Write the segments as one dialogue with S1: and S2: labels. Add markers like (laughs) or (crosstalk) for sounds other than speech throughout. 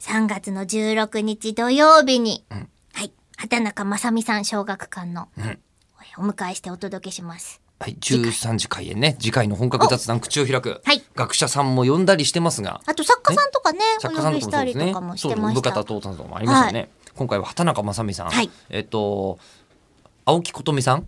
S1: 3月の16日土曜日に、
S2: ん
S1: はい、畑中正美さん小学館の
S2: うん
S1: お迎えしてお届けします。
S2: はい、13時開演ね次回の本格雑談口を開く、
S1: はい
S2: 学者さんも呼んだりしてますが
S1: あと作家さんとかね、お
S2: 作家さ
S1: 呼
S2: ん
S1: びし
S2: とか
S1: た
S2: もそうで
S1: り
S2: す
S1: と
S2: ね
S1: かもし
S2: そう
S1: てま
S2: 部
S1: した。
S2: 方とさんとかもありましたよね、今回は畑中正美さん、
S1: はい
S2: えっと青木琴美さん,、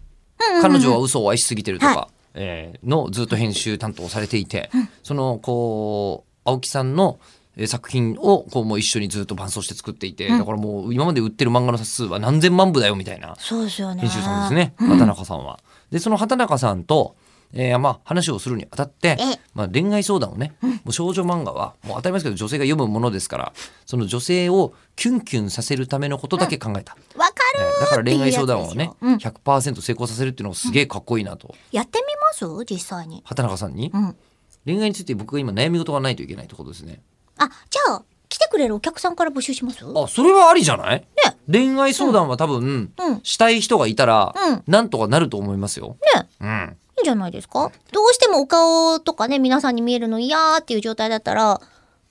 S2: 彼女は嘘を愛しすぎてるとか、
S1: は
S2: えーのずっと編集担当されていて、そのこう青木さんのえー作品をこうもう一緒にずっと伴奏して作っていて、だからもう今まで売ってる漫画の冊数は何千万部だよみたいな
S1: そうですよね。
S2: 編集さんですね畑中さんは。でその畑中さんと、えーまあ、話をするにあたって
S1: ええ、
S2: まあ、恋愛相談をね、もう少女漫画はもう当たり前ですけど女性が読むものですからその女性をキュンキュンさせるためのことだけ考えた、
S1: わか
S2: え
S1: る
S2: ーだから恋愛相談をね、
S1: っていうやつで
S2: 100%成功させるっていうのをすげえかっこいいなと、
S1: やってみます実際に。
S2: 畑中さんに、
S1: うん。
S2: 恋愛について僕が今悩み事がないといけないってことですね。
S1: あ、じゃあ、来てくれるお客さんから募集します
S2: あそれはありじゃない、恋愛相談は多分、
S1: うん
S2: したい人がいたら、
S1: うん
S2: なんとかなると思いますよ。
S1: ね
S2: うん
S1: いいんじゃないですかどうしてもお顔とかね、皆さんに見えるの嫌ーっていう状態だったら、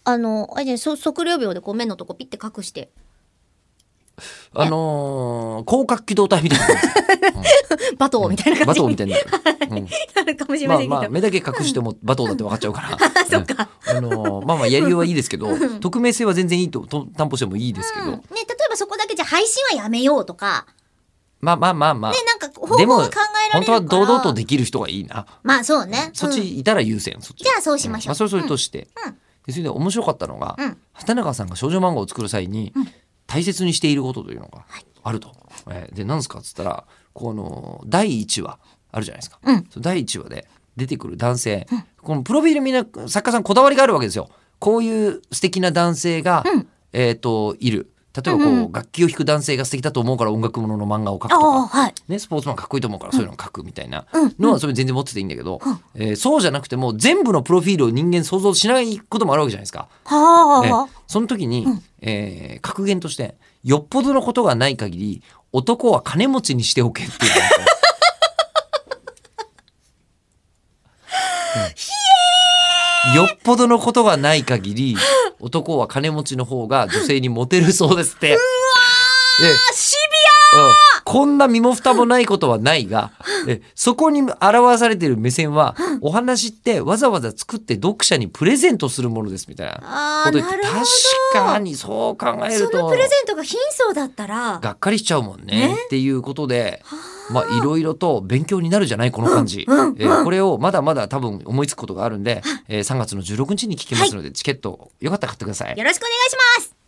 S1: あの、あれじゃないそ測量秒でこう目のとこピッて隠して。
S2: あのー、広角機動隊みたいなもんですよ。
S1: バトーみた (laughs) いな
S2: バ
S1: 感じ
S2: トンみ
S1: に
S2: たいになる。うん
S1: なるかもしれ
S2: ま
S1: ま
S2: あ
S1: せんけど。
S2: まあ目だけ隠してもバトンだって分かっちゃうから。
S1: (laughs) そっか。
S2: うんあのーまあまあやりようはいいですけど、匿名性は全然いいとと担保してもいいですけ
S1: うん、
S2: ど
S1: ね、、例えばそこだけじゃ配信はやめようとか、
S2: まあまあまあまあ
S1: ね、。なんか方法
S2: でも
S1: が考えられ
S2: 本
S1: る
S2: 当
S1: から。
S2: は堂々とできる人がいいな。
S1: まあそうね。
S2: そっ
S1: うん
S2: ちいたら優先。そっち。
S1: じゃあそうしましょう
S2: まあそれはそれとして
S1: うんうん。
S2: でそれで面白かったのが
S1: うん、
S2: 畑中さんが少女漫画を作る際に大切にしていることというのがあると。えーで何ですかっつったら、この第1話あるじゃないですか。
S1: うん
S2: その第1話で出てくる男性、このプロフィールみんな作家さんこだわりがあるわけですよこういう素敵な男性が、えー、といる例えばこう、楽器を弾く男性が素敵だと思うから音楽ものの漫画を描くと
S1: ああ、
S2: か、
S1: はい。
S2: ね、スポーツマンかっこいいと思うからそういうのを描くみたいな
S1: うん
S2: のはそれ全然持ってていいんだけど、えーそうじゃなくてもう全部のプロフィールを人間想像しないこともあるわけじゃないですか。
S1: はあ、
S2: ね、その時に、えー格言としてよっぽどのことがない限り男は金持ちにしておけっていうのが
S1: (laughs)
S2: あって。うんよっぽどのことがない限り男は金持ちの方が女性にモテるそうですって。で
S1: シ
S2: うんこんな身も蓋もないことはないが、えそこに表されている目線は、お話ってわざわざ作って読者にプレゼントするものですみたいな
S1: あー
S2: こと言って、
S1: なるほど
S2: 確かにそう考える
S1: その
S2: と
S1: プ、レゼントが貧相だったら、
S2: がっかりしちゃうもんねっていうことで、まあいろいろと勉強になるじゃないこの感じ、えーこれをまだまだ多分思いつくことがあるんで、えー3月の16日に聞きますので、チケットよかったら買ってください。
S1: よろしくお願いします